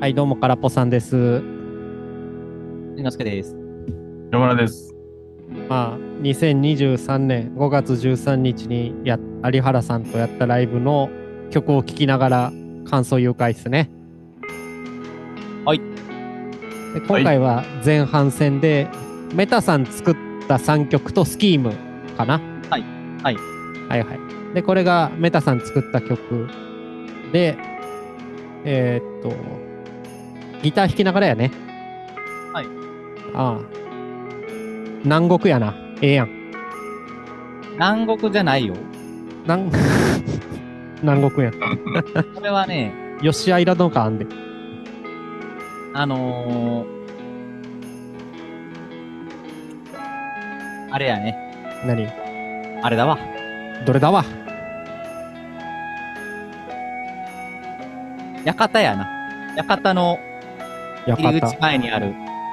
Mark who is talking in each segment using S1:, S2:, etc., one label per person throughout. S1: はい、どうも、からぽさんです。
S2: しんのすけです。
S3: 野村です。
S1: まあ、2023年5月13日にや有原さんとやったライブの曲を聴きながら感想誘拐ですね。
S2: はい
S1: で。今回は前半戦で、メタさん作った3曲とスキームかな。
S2: はい。はい。
S1: はいはい。で、これがメタさん作った曲で、えーっと、ギター弾きながらやね。
S2: はい。
S1: ああ。南国やな。ええやん。
S2: 南国じゃないよ。
S1: 南南国やん。
S2: これはね、
S1: 吉アイランド感あんで。
S2: あのー、あれやね。
S1: 何
S2: あれだわ。
S1: どれだわ。
S2: 館やな。館の
S1: よか
S2: 入
S1: っ
S2: り
S1: た。
S2: 口前にある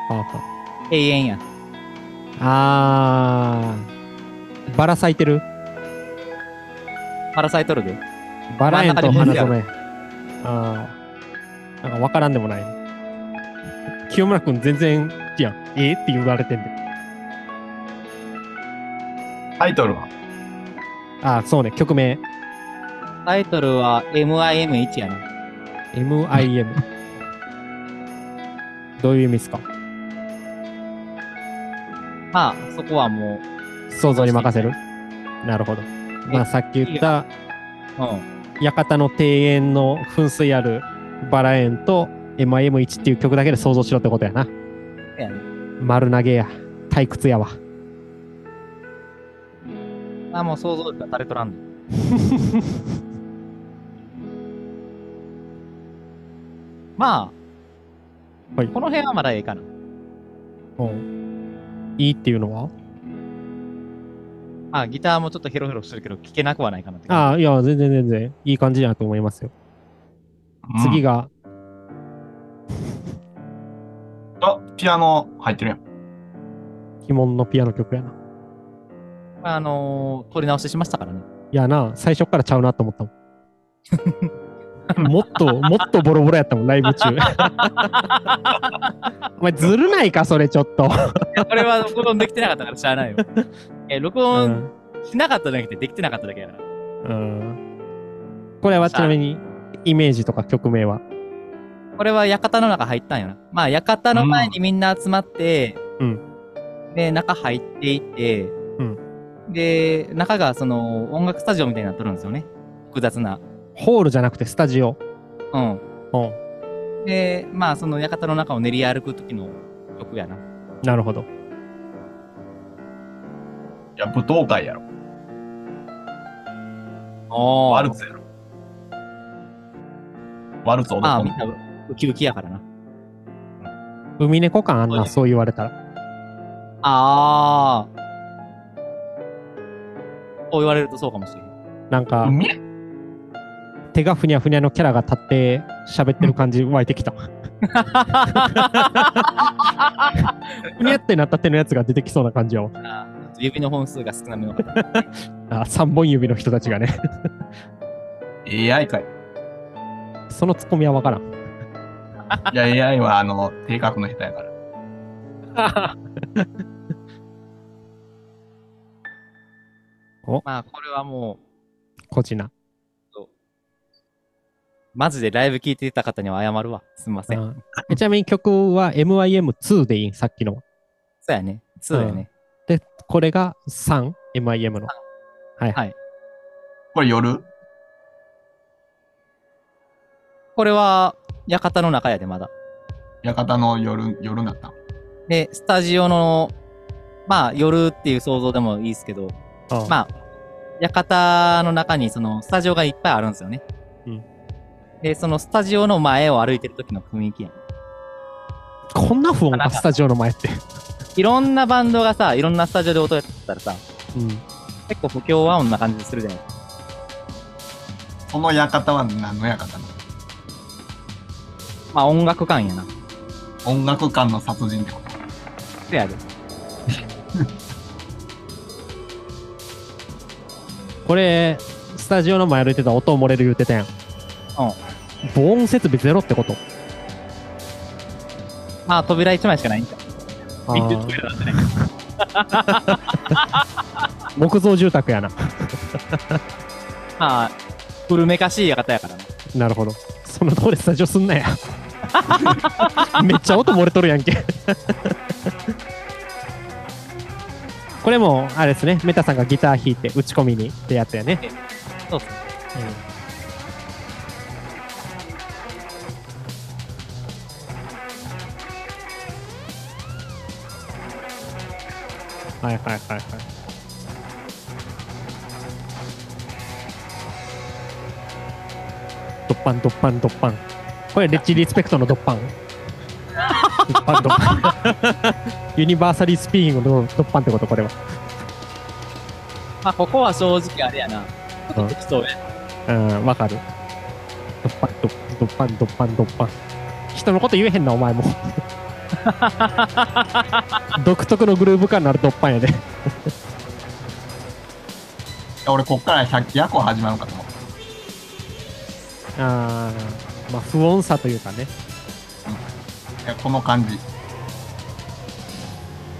S1: あ
S2: 永遠や。
S1: あー。バラ咲いてる
S2: パラサイトルで。
S1: バラ園と花
S2: 真ん
S1: 染め。ああ。なんかわからんでもない。清村くん全然、いやん、ええって言われてんで。
S3: タイトルは
S1: ああ、そうね。曲名。
S2: タイトルは MIM1 やな。
S1: MIM。どういう意味ですか
S2: まあ、そこはも
S1: 想像に任せるなるほど。まあさっき言った
S2: う、うん。
S1: 館の庭園の噴水あるバラ園と MIM1 っていう曲だけで想像しろってことやな。
S2: そうやね。
S1: 丸投げや。退屈やわ。
S2: まあもう想像力が垂れとらん の。まあ、
S1: はい
S2: この辺はまだええかな。
S1: うんいいっていうのは
S2: まあ、ギターもちょっとヘロヘロしてるけど、聴けなくはないかなって。
S1: ああ、いや、全然全然いい感じだと思いますよ。次
S3: が。
S1: が、
S3: あ、ピアノ入ってるやん。
S1: 鬼門のピアノ曲やな。
S2: あのー、撮り直ししましたからね。
S1: いやな、最初からちゃうなと思ったもん。もっと、もっとボロボロやったもん、ライブ中。お前、ずるないか、それちょっと。
S2: これは録音できてなかったから知らないよ。 え、録音しなかっただけでできてなかっただけやから。
S1: うんこれはちなみに、イメージとか曲名は。
S2: これは館の中入ったんやな。まあ、館の前にみんな集まって、
S1: う
S2: で、中入っていって、で、中がその音楽スタジオみたいになっとるんですよね。複雑な。
S1: ホールじゃなくてスタジオ。
S2: うん。
S1: うん。
S2: で、まあ、その館の中を練り歩く時の曲やな。
S1: なるほど。
S3: いや、舞踏会やろ。
S2: お
S3: ワルツやろ。ワルツ踊
S2: まあ、
S3: っ
S2: み
S3: て
S2: んなウキウキやからな。
S1: 海猫感あん
S3: そう
S1: な、
S3: です
S1: そう言われたら。
S2: ああ。こう言われるとそうかもしれん。
S1: なんか、
S3: 海
S1: 手がふにゃふにゃのキャラが立って喋ってる感じ湧いて きた。ふにゃってなった手のやつが出てきそうな感じやわ。
S2: あー指の本数が少なめの方。
S1: あ3本指の人たちがね。
S3: AI かい。
S1: そのツッコミはわからん。
S3: いや、AI はあの、定格の下手やから。
S2: まあ、これはもう、
S1: こちな。
S2: マジでライブ聴いてた方には謝るわ。すみません。
S1: うんえちなみに曲は MIM2 でいいんさっきの。
S2: そうやね。そうやね。
S1: で、これが 3MIM の。はいはい。
S3: これ夜
S2: これは、館の中やで、まだ。
S3: 館の夜、夜になったん
S2: で、スタジオの、まあ、夜っていう想像でもいいですけど、
S1: うん
S2: まあ、館の中にそのスタジオがいっぱいあるんですよね。
S1: うん
S2: で、そのスタジオの前を歩いてる時の雰囲気やん。
S1: こんな不穏
S2: な
S1: か、
S2: んか
S1: スタジオの前って。
S2: いろんなバンドがさ、いろんなスタジオで音やってたらさ、
S1: うん。
S2: 結構不協和音な感じするじゃないですか。
S3: その館は何の館なの
S2: まあ音楽感やな。
S3: 音楽館の殺人ってこと
S2: せやで。
S1: これ、スタジオの前歩いてたら音漏れる言うてたやん。
S2: う
S1: 防音設備ゼロってこと
S2: まあ、扉一枚しかないんじゃん。
S1: あ
S2: ビッグ
S1: ー
S2: トイレだってね
S1: 木造住宅やな。
S2: まあ、古めかしい館やからな。
S1: なるほど。そのとこでスタジオすんなや。めっちゃ音漏れとるやんけ。これも、あれですね、メタさんがギター弾いて打ち込みにってやつやね。
S2: そうっすね。
S1: はいはいはいはい。ドッパンドッパンドッパン。これ、レッチリスペクトのドッパン。ドッパンドッパン。ユニバーサリースピーキングのドッパンってこと、これは。
S2: まあ、ここは正直あれやな。ちょっと適当や。
S1: うん、わかる。ドッパンドッドッパンドッパンドッパン。人のこと言えへんな、お前も。独特のグルーヴ感のあるドッパンやで。
S3: 俺こっから100夜行始まるのかと思っ
S1: あーまあ、不穏さというかね。
S3: たいやこの感じ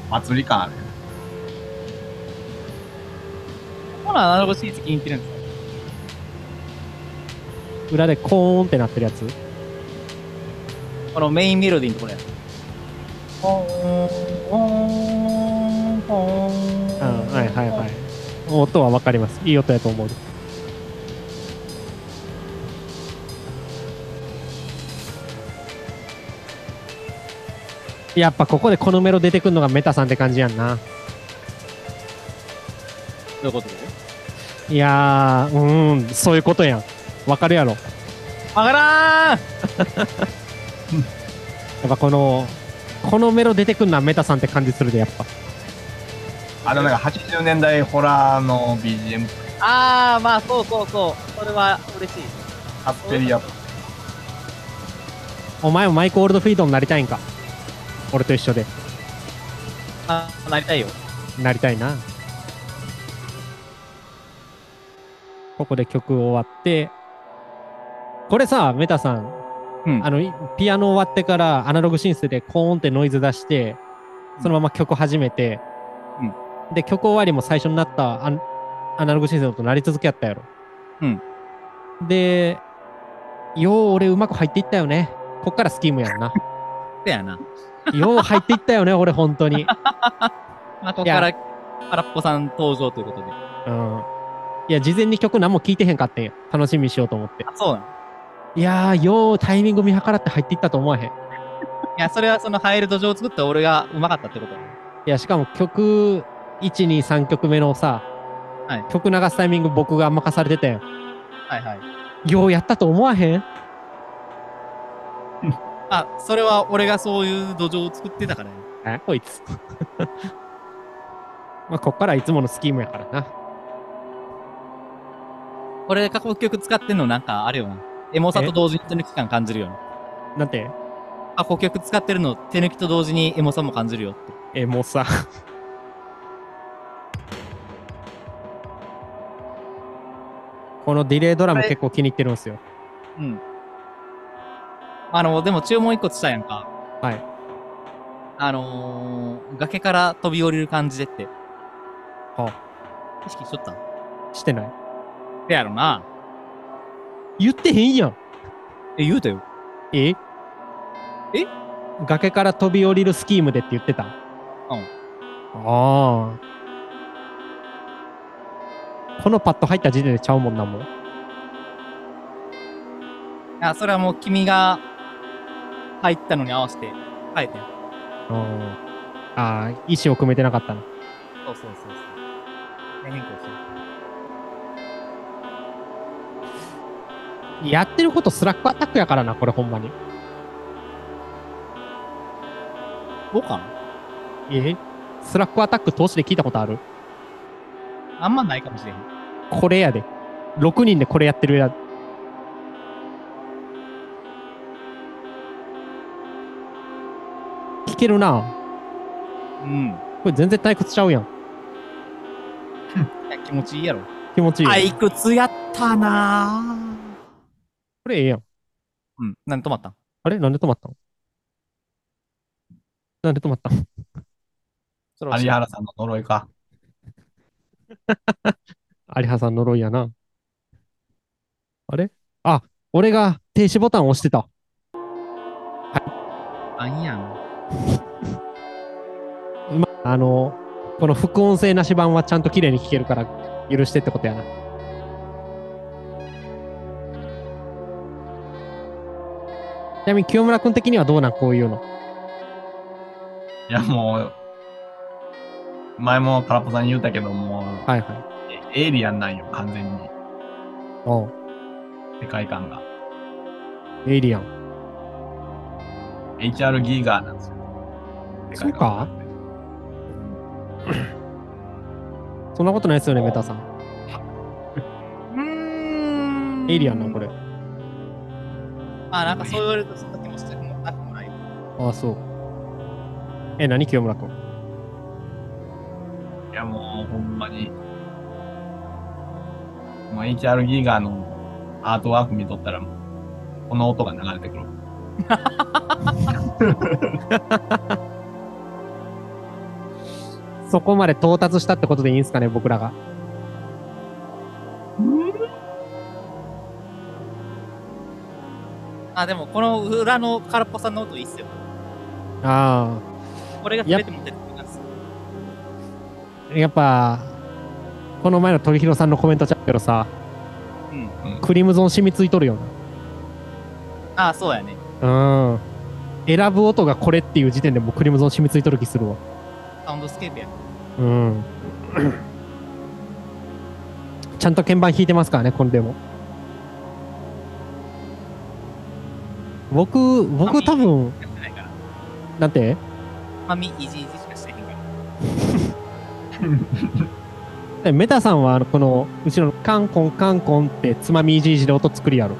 S3: 祭り感ある
S2: ほら、アナログシーズ気に入ってるんですよ。
S1: 裏でコーンってなってるやつ。
S2: このメインメロディーのところや。ポーン、ポーン、ポーン。
S1: うん、はいはいはい。音はわかります。いい音やと思う。やっぱここでこのメロ出てくるのがメタさんって感じやんな。
S2: どういうことで
S1: いやー、うーん、そういうことやん。わかるやろ。
S2: わからーん
S1: やっぱこの、このメロ出てくるのはメタさんって感じするで、やっぱ。
S3: あれなんか80年代ホラーの BGM
S2: あー、まあ、そうそうそう。それは嬉しい。
S3: カッペリア
S1: お前もマイク・オールドフリードになりたいんか。俺と一緒で。
S2: あなりたいよ。
S1: なりたいな。ここで曲終わって、これさ、メタさん、
S2: うん
S1: あの、いピアノ終わってからアナログシンセでコーンってノイズ出して、そのまま曲始めて、で、曲終わりも最初になったアンアナログシンセの音鳴り続けやったやろ。
S2: うん
S1: で、よう俺うまく入っていったよね。こっからスキームやんな。
S2: せやな。
S1: よう入っていったよね、俺本当に。
S2: まあ、ここ
S1: いや
S2: から、空っぽさん登場ということで。あ、
S1: うん。いや、事前に曲何も聞いてへんかったんや。楽しみにしようと思って。
S2: そうなの。
S1: いやー、ようタイミング見計らって入っていったと思わへん。い
S2: いや、それはその入る土壌を作った俺がうまかったってこと。
S1: や、しかも曲、1、2、3曲目のさ、
S2: はい
S1: 曲流すタイミング僕が任されてたやん。
S2: はいはい。
S1: ようやったと思わへん
S2: あ、それは俺がそういう土壌を作ってたからね。
S1: えこいつ。 まあ、こっからいつものスキームやからな。
S2: これ、過去曲使ってんのなんかあれよな。エモさと同時に手抜き感感じるよな。
S1: なんて、
S2: 過去曲使ってるの手抜きと同時にエモさも感じるよって。
S1: え、もうさ。 このディレイドラム結構気に入ってるんですよ。
S2: うん。あの、でも注文一個したやんか。
S1: はい。
S2: あのー、崖から飛び降りる感じでって。
S1: は
S2: 意識しとった
S1: してない。
S2: せやろな。
S1: 言ってへんやん。
S2: え、言うたよ。
S1: ええ崖から飛び降りるスキームでって言ってたうん。ああ。このパッド入った時点でちゃうもんなもん。
S2: あ、それはもう君が入ったのに合わせて変えてん。
S1: ああー、意思を組めてなかったな。
S2: そうそうそうそう。変更してる。
S1: やってることスラックアタックやからな、これほんまに。
S2: そうかな
S1: えスラックアタック投資で聞いたことある
S2: あんまないかもしれへん。
S1: これやで。6人でこれやってるや。聞けるな。
S2: うん。
S1: これ全然退屈ちゃうやん。
S2: いや、気持ちいいやろ。
S1: 気持ちいいよ。
S2: 退屈やったなぁ。
S1: これええやん。
S2: うん。なんで止まったん
S1: あれなんで止まったのなんで止まったの
S2: それは知
S3: 有
S2: らん
S3: 原さんの呪いか。
S1: 有原さん呪いやな。あれあ、俺が停止ボタンを押してた。
S2: あんやん。
S1: まあの、この副音声なし版はちゃんと綺麗に聞けるから許してってことやな。ちなみに清村君的にはどうなんこういうの。
S3: いや、もう、前も空っぽさんに言ったけど、もう、
S1: はいはい。
S3: エイリアンなんよ、完全に。
S1: お
S3: 世界観が。
S1: うエイリアン。
S3: HR ギガーなんですよ。
S1: そうかそんなことないですよね、メタさん。
S2: うん
S1: エイリアンな、これ。。
S2: あ、なんかそう言われると、そんな気もしてもなくもない。
S1: ああ、そう。え、何清村君。
S3: いや、もう、ほんまに。もう HR ギガーのアートワーク見とったら、もう、この音が流れてくる。
S1: そこまで到達したってことでいいんすかね、僕らが。
S2: あ、でもこの裏の空っぽさんの音いいっすよ。
S1: あ
S2: これが触れても出てくるんですよ。
S1: あ、やっぱ、この前の鳥広さんのコメントちゃうけどさ、
S2: うん。
S1: クリムゾン染みついとるよ
S2: あ、そうやね。
S1: な。うん。選ぶ音がこれっていう時点でもうクリムゾン染みついとる気するわ。
S2: サウンドスケープや。
S1: うん。ちゃんと鍵盤弾いてますからね、これでも。僕、僕多分、
S2: やってないから。
S1: なんて
S2: まあ、み、いじいじしかしてへんから。
S1: メタさんは、あのこの、後ろのカンコンカンコンってつまみいじいじで音作りやろ。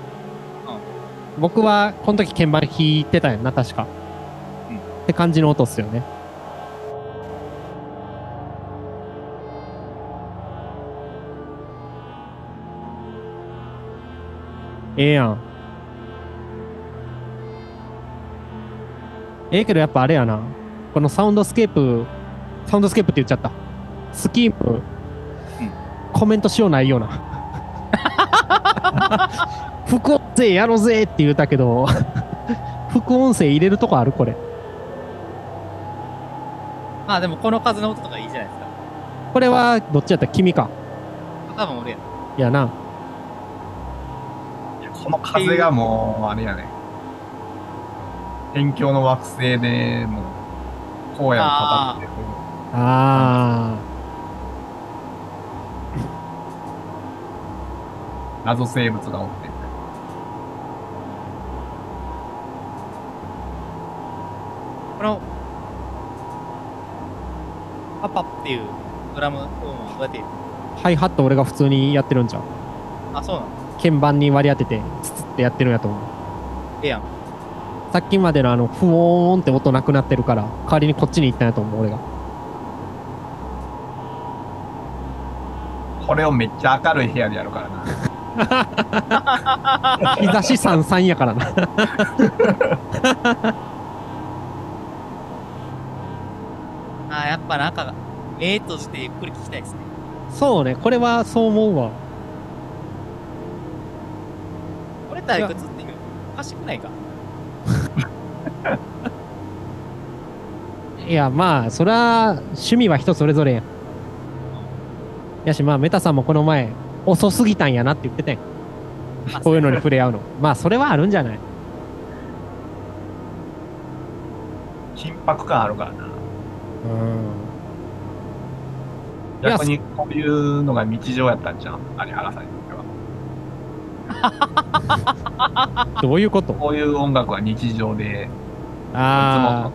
S1: 僕は、この時鍵盤弾いてたよな、確か。
S2: うん
S1: って感じの音っすよね。ええやん。ええけどやっぱあれやな。このサウンドスケープ、サウンドスケープって言っちゃった。スキーム、コメントしようないような。 副音声やろうぜって言うたけど、 副音声入れるとこあるこれ。
S2: まあ、でもこの風の音とかいいじゃないですか。
S1: これは、どっちやった君か。
S2: 多分俺や。
S1: やな。
S3: いやこの風がもう、あれやね。辺境の惑星で、もう、荒野を叩いてくる。
S1: あ
S3: 謎生物がおって。
S2: この、パパっていうドラムをどうやって入れて
S1: あ。ハイハット俺が普通にやってるんじゃん。
S2: るあ、そうなの
S1: 鍵盤に割り当てて、つつってやってるんやと思
S2: ええやん。
S1: う。さっきまでのあの、ふおーんって音なくなってるから、代わりにこっちに行ったんやと思う、俺が。
S3: これをめっちゃ明るい部屋でやるからな。
S1: 日差しさんさんやからな。
S2: あ、やっぱなんか、目閉じてゆっくり聞きたいですね。
S1: そうね、これはそう思うわ。
S2: これ退屈っていう。おかしくないか。
S1: いや、まあ、そら、趣味は人それぞれやん。やし、まあ、メタさんもこの前、遅すぎたんやなって言ってたやん。こういうのに触れ合うの。まあ、それはあるんじゃない
S3: 緊迫感あるからな。
S1: うん。いや
S3: 逆にこういうのが日常やったんじゃん。有原さんにとっては。
S1: どういうこと
S3: こういう音楽は日常で、いつも
S1: あ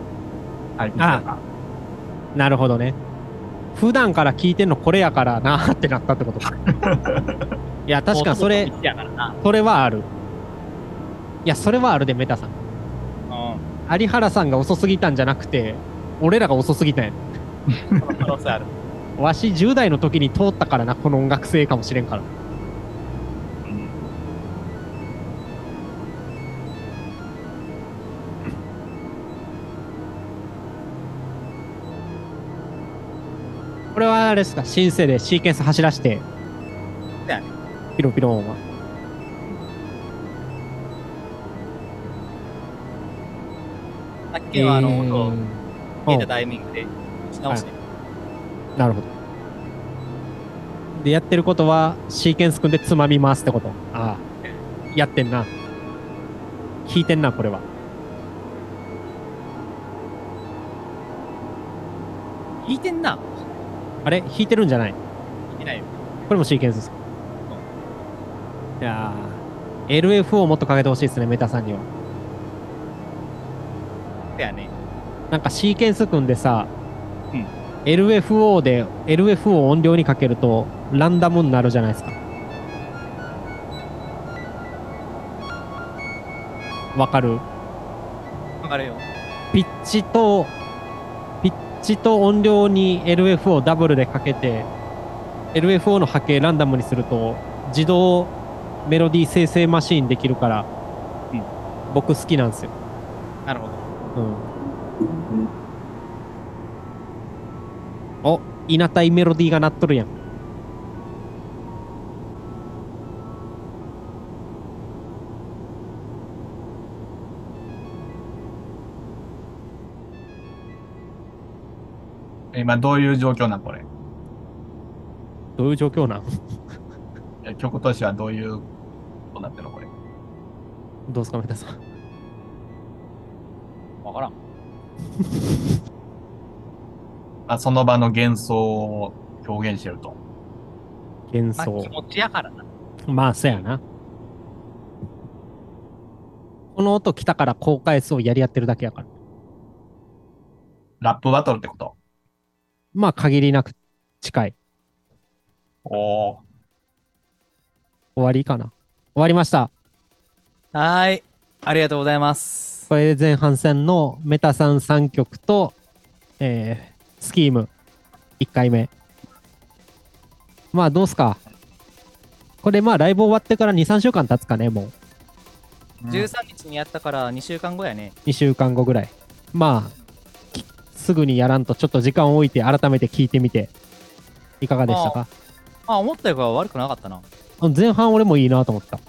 S3: 入ってたから。
S1: あ、なるほどね。普段から聞いてんのこれやからなーってなったって ことか。いや、確かにそれ
S2: もう、ともと道やからな。
S1: それはある。いや、それはあるで、メタさん。
S2: う
S1: 有原さんが遅すぎたんじゃなくて、俺らが遅すぎたんや。
S2: ん。この可能 性ある。
S1: わし10代の時に通ったからな、この音楽性かもしれんから。
S3: うん
S1: これはあれですか、シンセでシーケンス走らして
S2: だよね、
S1: ピロンピロンは。
S2: さっきはあの、音を
S1: う
S2: 聞い
S1: ん
S2: たタイミングで打ち直して、
S1: なるほど。で、やってることは、シーケンス組んでつまみますってこと。ああ。やってんな。聞いてんな、これは。
S2: 弾いてんな。
S1: あれ弾いてるんじゃない
S2: 弾いてないよ。
S1: これもシーケンスですかいやー、LFO をもっとかけてほしいですね、メタさんには。
S2: だよね。
S1: なんかシーケンス組んでさ、
S2: うん
S1: LFO で、LFO を音量にかけると、ランダムになるじゃないですか。わかる
S2: わかるよ。
S1: ピッチと、ピッチと音量に LF をダブルでかけて、LFO の波形ランダムにすると、自動メロディー生成マシーンできるから、
S2: うん
S1: 僕好きなんですよ。
S2: なるほど。
S1: うん。お、稲田いメロディーが鳴っとるやん。
S3: 今どういう状況なんこれ。い
S1: どういう状況なん
S3: や曲としてはどういうことになってるのこれ。
S1: どうすか、メタさん。
S2: わからん。
S3: あその場の幻想を表現してると。
S1: 幻
S2: まあ、
S1: 想
S2: 気。持ちやからな。
S1: まあ、そやな。この音来たから公開数をやり合ってるだけやから。
S3: ラップバトルってこと。
S1: まあ、限りなく近い。
S3: おー。
S1: 終わりかな。終わりました。
S2: はーい。ありがとうございます。
S1: これで前半戦のメタさん3曲と、えー、スキーム1回目。まあ、どうすか。これ、まあ、ライブ終わってから2、3週間経つかね、も
S3: うん
S2: 13日にやったから2週間後やね。
S1: う。2週間後ぐらい。まあ、きすぐにやらんと、ちょっと時間を置いて、改めて聞いてみて、いかがでしたか
S2: まあ、思ったよりは悪くなかったな。
S1: 前半俺もいいなと思った。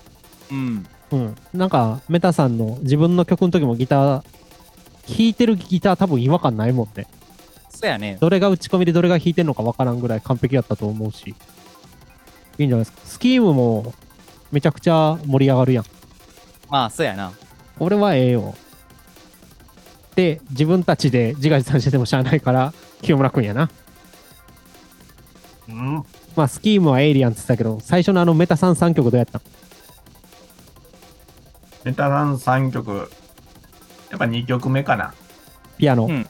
S2: うん。
S1: うん、なんかメタさんの自分の曲の時もギター弾いてるギター多分違和感ないもんね
S2: そうやね。
S1: どれが打ち込みでどれが弾いてるのかわからんぐらい完璧だったと思うしいいんじゃないですかスキームもめちゃくちゃ盛り上がるやん
S2: まあ、そうやな。
S1: 俺はええよで自分たちで自画自賛しててもしゃあないから清村くんやな
S3: うん。
S1: まあスキームはエイリアンって言ってたけど最初のあのメタさん3曲どうやった
S3: メタラン3曲。やっぱ2曲目かな。
S1: ピアノ、
S2: うん
S3: い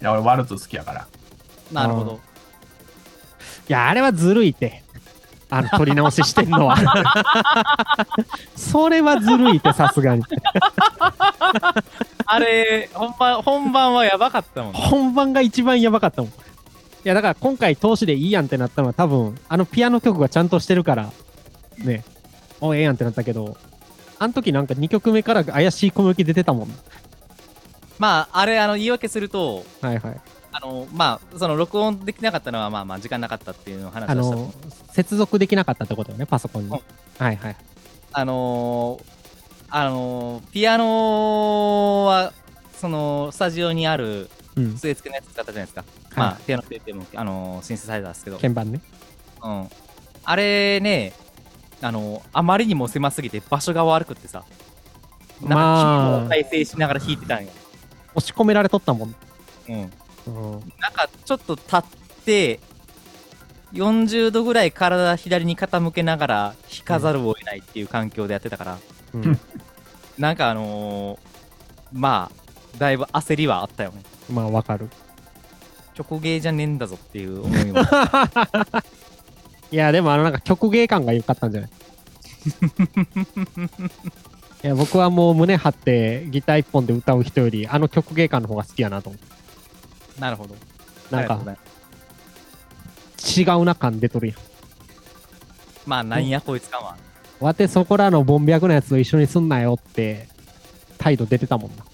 S3: や、俺ワルツ好きやから。
S2: なるほど。
S1: いや、あれはずるいって。あの、取り直ししてんのは。 それはずるいって、さすがに。
S2: あれ、本番、本番はやばかったもん。
S1: 本番が一番やばかったもん。いや、だから今回投資でいいやんってなったのは多分、あのピアノ曲がちゃんとしてるから、ね、おええやんってなったけど、あの時なんか2曲目から怪しい小麦出てたもん。
S2: まあ、あれ、あの、言い訳すると、
S1: はいはい。
S2: あの、まあ、その、録音できなかったのは、まあまあ、時間なかったっていうのを話
S1: あ
S2: をしたと思う
S1: の、接続できなかったってことよね、パソコンに。
S2: うん
S1: はいはい。
S2: あのーあのーピアノは、その、スタジオにある、
S1: うん。
S2: 据え付けのやつ使ったじゃないですか。
S1: い
S2: まあ、ピアノって言っても、あのーシンセサイザーですけど。
S1: 鍵盤ね。
S2: うん。あれね、あのーあまりにも狭すぎて場所が悪くってさ、なん
S1: まあ
S2: か、再生しながら弾いてたんよ。
S1: 押し込められとったもん。
S2: うん。
S1: うん。
S2: なんか、ちょっと立って、40度ぐらい体左に傾けながら弾かざるを得ないっていう環境でやってたから、
S1: うん、
S2: なんかあのーまあ、だいぶ焦りはあったよね。
S1: まあ、わかる。
S2: チョコゲーじゃねえんだぞっていう 思いも。
S1: いや、でもあのなんか曲芸感が良かったんじゃない いや、僕はもう胸張ってギター一本で歌う人より、あの曲芸感の方が好きやなと思
S2: なるほど。
S1: う。なん
S2: ありがとうござ
S1: か
S2: います
S1: 違うな感出とるやん。
S2: まあ、なんやこいつかは。
S1: わてそこらのボンビャクなやつと一緒にすんなよって態度 出てたもんな。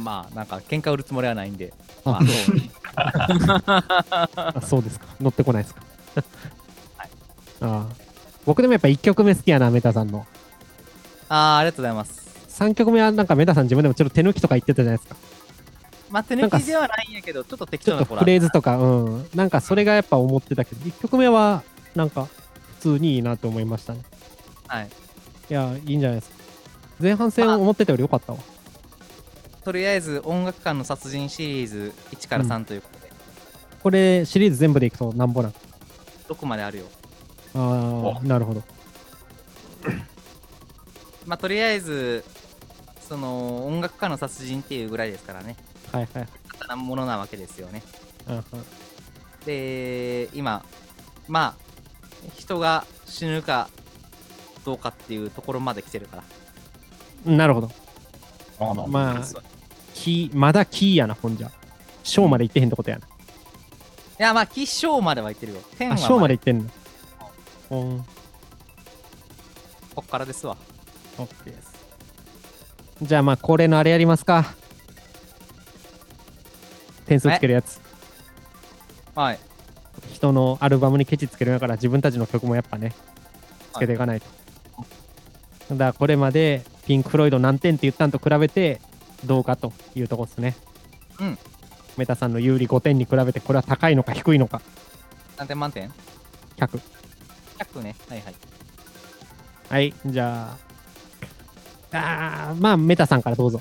S2: まあ、なんか喧嘩売るつもりはないんで。
S1: あ
S2: まあ、そう
S1: あそうですか。乗ってこない ですか。ああ僕でもやっぱ1曲目好きやな、メタさんの。
S2: あーありがとうございます。
S1: 3曲目はなんかメタさん自分でもちょっと手抜きとか言ってたじゃないですか。
S2: まあ、手抜きではないんやけど、ちょっと
S1: ち
S2: 適当
S1: ょっ
S2: な
S1: と
S2: 子
S1: フ
S2: ら。
S1: レーズとか、うん。なんかそれがやっぱ思ってたけど、1曲目はなんか普通にいいなと思いましたね。
S2: はい。
S1: いや、いいんじゃないですか。前半戦思ってたより良かったわ。
S2: とりあえず、音楽館の殺人シリーズ1から3ということで、
S1: これシリーズ全部でいくとなんぼなん
S2: どこまであるよ。
S1: ああ、なるほど。
S2: まあ、とりあえず、その、音楽館の殺人っていうぐらいですからね。
S1: はいはい。
S2: 簡単なものなわけですよね。
S1: うんうん
S2: で、今、まあ、人が死ぬかどうかっていうところまで来てるから。
S1: なるほど。
S3: まあまあ
S1: まあ
S2: い、
S1: キー、まだキーやな、ほんじゃ。章まで行ってへんってことやな。
S2: や、まあ、起承までは行ってるよ。天
S1: あ、
S2: は
S1: 章ま
S2: ま
S1: で
S2: で
S1: 行ってんの。うん。
S2: こっからですわ。
S1: オッケーです。じゃあまあ恒例のあれやりますか。点数つけるやつ。
S2: はい。
S1: 人のアルバムにケチつけるんやから自分たちの曲もやっぱね、つけていかないと。だからこれまでピンク・フロイド何点って言ったんと比べてどうかというとこですね。
S2: うん。
S1: メタさんの有利5点に比べてこれは高いのか低いのか
S2: 何点満点
S1: 100。
S2: ?100 ね。はいはい。
S1: はい、じゃあ。あーまあメタさんからどうぞ。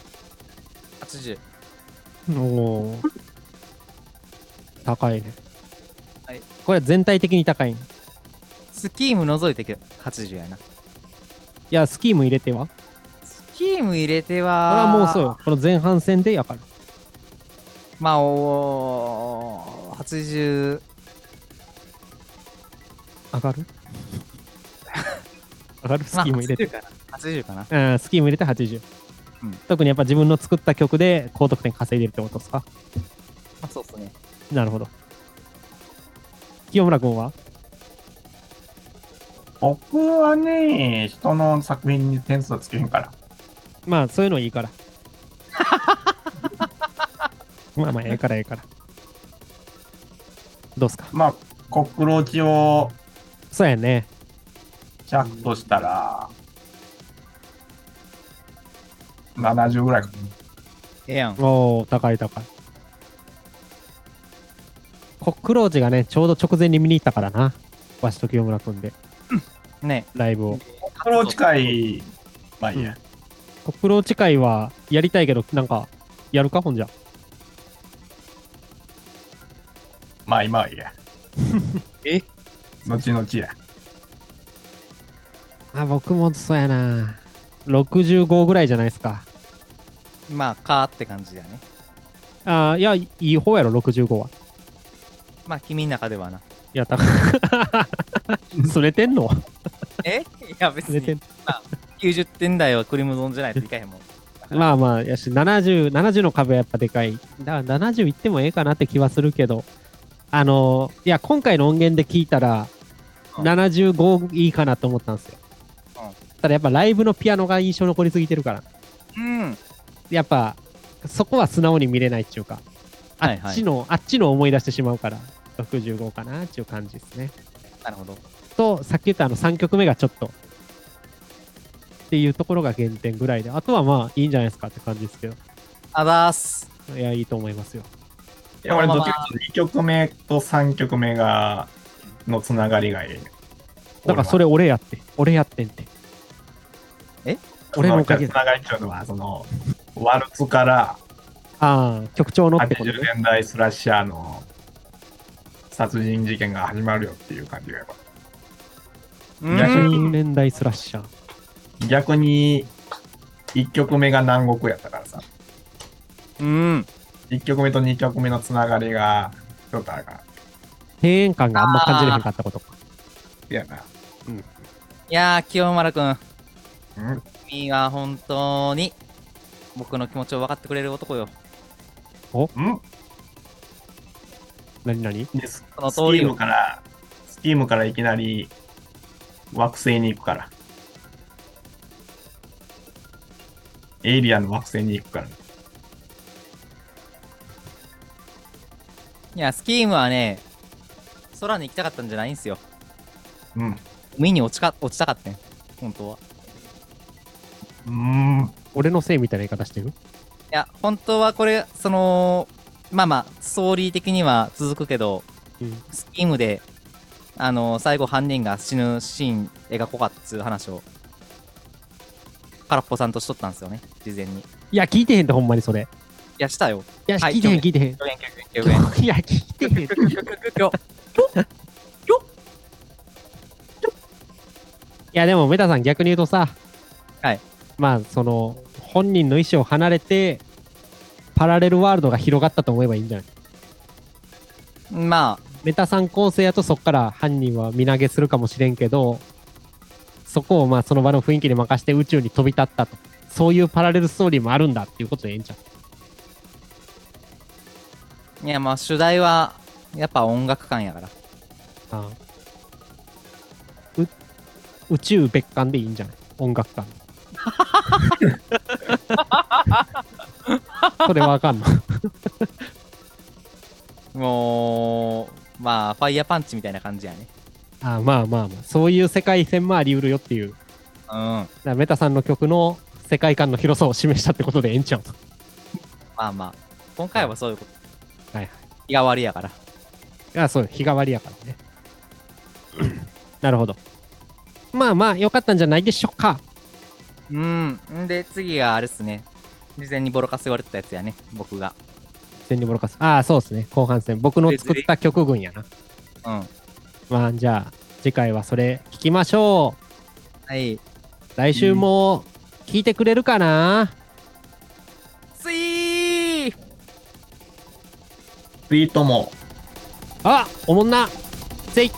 S2: 80。
S1: おお。高いね。
S2: はい。
S1: これ全体的に高いんい
S2: スキーム除いてけ80やな。
S1: や、スキーム入れてはこ
S2: スキーム入れて
S1: れは
S2: は、
S1: もうそうよ。この前半戦でやから。
S2: まあ、おー80、
S1: 上が る上がるスキーム入れて。
S2: まあ、80かな。80かな。
S1: うん、スキーム入れて80、
S2: うん
S1: 特にやっぱ自分の作った曲で高得点稼いでるってことですか
S2: まあ、そうっすね。
S1: なるほど。清村君は
S3: 僕はね、人の作品に点数つけへんから。
S1: まあ、そういうのいい から。まあまあ、ええからええから。どうっすか
S3: まあ、コックローチを
S1: そうやね。
S3: 100としたら、70ぐらいかな。
S2: ええやん。
S1: おお高い高いコックローチがねちょうど直前に見に行ったからなわしと清村君で
S2: ね。
S1: ライブを
S3: コックローチ会、まあいいや。
S1: コックローチ会はやりたいけどなんかやるかほんじゃ
S3: まあ今はいいや。
S2: え
S3: 後々や。
S1: あ僕もそうやな65ぐらいじゃないですか
S2: まあ、かーって感じだね。
S1: あーいやいい方やろ65は
S2: まあ、君の中ではな。
S1: いや高い それてんの
S2: え いや、別
S1: それて
S2: に
S1: ん
S2: 90点台はクリムゾンじゃないといかへんもん。
S1: まあまあやし7070の壁はやっぱでかいだから70いってもええかなって気はするけどあのーいや今回の音源で聞いたら
S2: うん
S1: 75いいかなと思ったんですよ、
S2: う
S1: ただやっぱライブのピアノが印象残りすぎてるから
S2: うん。
S1: やっぱそこは素直に見れないっていうかあ
S2: はいはい
S1: っちの、あっちの思い出してしまうから65かなっていう感じですね
S2: なるほど。
S1: とさっき言ったあの3曲目がちょっとっていうところが原点ぐらいであとはまあいいんじゃないですかって感じですけど
S2: あざーす。
S1: いやいいと思いますよ
S3: いや、俺どっちかっていうと2曲目と3曲目が、のつながりがいい。
S1: だからそれ俺やって、俺やってんって。
S2: え
S1: 俺のおかげ
S3: つ
S1: だ。
S3: ながりっていうのは、その、ワルツから
S1: ああ、局長のってこと
S3: 80
S1: ね。
S3: 年代スラッシャーの殺人事件が始まるよっていう感じがやっぱ
S2: う
S1: 80
S2: ん。
S1: 年代スラッシャー。
S3: 逆に1曲目が南国やったからさ
S2: うん。
S3: 1曲目と2曲目のつながりがちょっとあるから
S1: 庭園感があんま感じれへんかったことか。
S3: いやない
S2: やー、清丸くん。
S3: うん
S2: 君は本当に僕の気持ちを分かってくれる男よ。
S3: うん
S1: なになに
S3: でス
S2: その
S3: スキ
S2: 通り
S3: ーム
S2: よ。
S3: からスキームからいきなり惑星に行くからエイリアンの惑星に行くから
S2: いや、スキームはね、空に行きたかったんじゃないんすよ。
S3: うん。
S2: 海に落ちか落ちたかったね。本当は。
S3: うーん。
S1: 俺のせいみたいな言い方してる
S2: いや、本当はこれ、その、まあまあ、ストーリー的には続くけど、
S1: うん。
S2: スキームで、あの最後犯人が死ぬシーン描こうかっつう話を、空っぽさんとしとったんですよね、事前に。い
S1: いや、聞いてへんって、ほんまにそれ。い
S2: や、したよ。
S1: や、
S2: はい
S1: 聞いてへん、聞いてへん。
S2: 表現、表現、表 現。
S1: いや、聞いてへん。いや、でも、メタさん、逆に言うとさ、
S2: はい。
S1: まあ、その、本人の意思を離れて、パラレルワールドが広がったと思えばいいんじゃない
S2: まあ、
S1: メタさん構成やと、そっから犯人は身投げするかもしれんけど、そこを、まあ、その場の雰囲気に任せて宇宙に飛び立ったと。そういうパラレルストーリーもあるんだっていうことでええんちゃう
S2: いや、まあ、主題は、やっぱ音楽感やから。
S1: ああう宇宙別館でいいんじゃない音楽館それわかんの
S2: もう、まあ、ファイヤーパンチみたいな感じやね。
S1: ああまあまあまあそういう世界線もあり得るよっていうだか
S2: うん。ま
S1: らメタさんの曲の世界観の広さを示したってことでええんちゃう
S2: あまあ、今回はそういうこと。
S1: はいはい。
S2: 日替わりやから。
S1: あそう日替わりやからね なるほどまあまあ良かったんじゃないでしょうか
S2: うん。んで、次があれっすね。事前にボロカス言われてたやつやね、僕が。
S1: 全力ボロカスああそうですね後半戦僕の作った曲群やな
S2: うん。
S1: まあじゃあ次回はそれ聞きましょう
S2: はい。
S1: 来週も聞いてくれるかな、
S2: スイー
S3: ツイートも。
S1: あおもんなぜい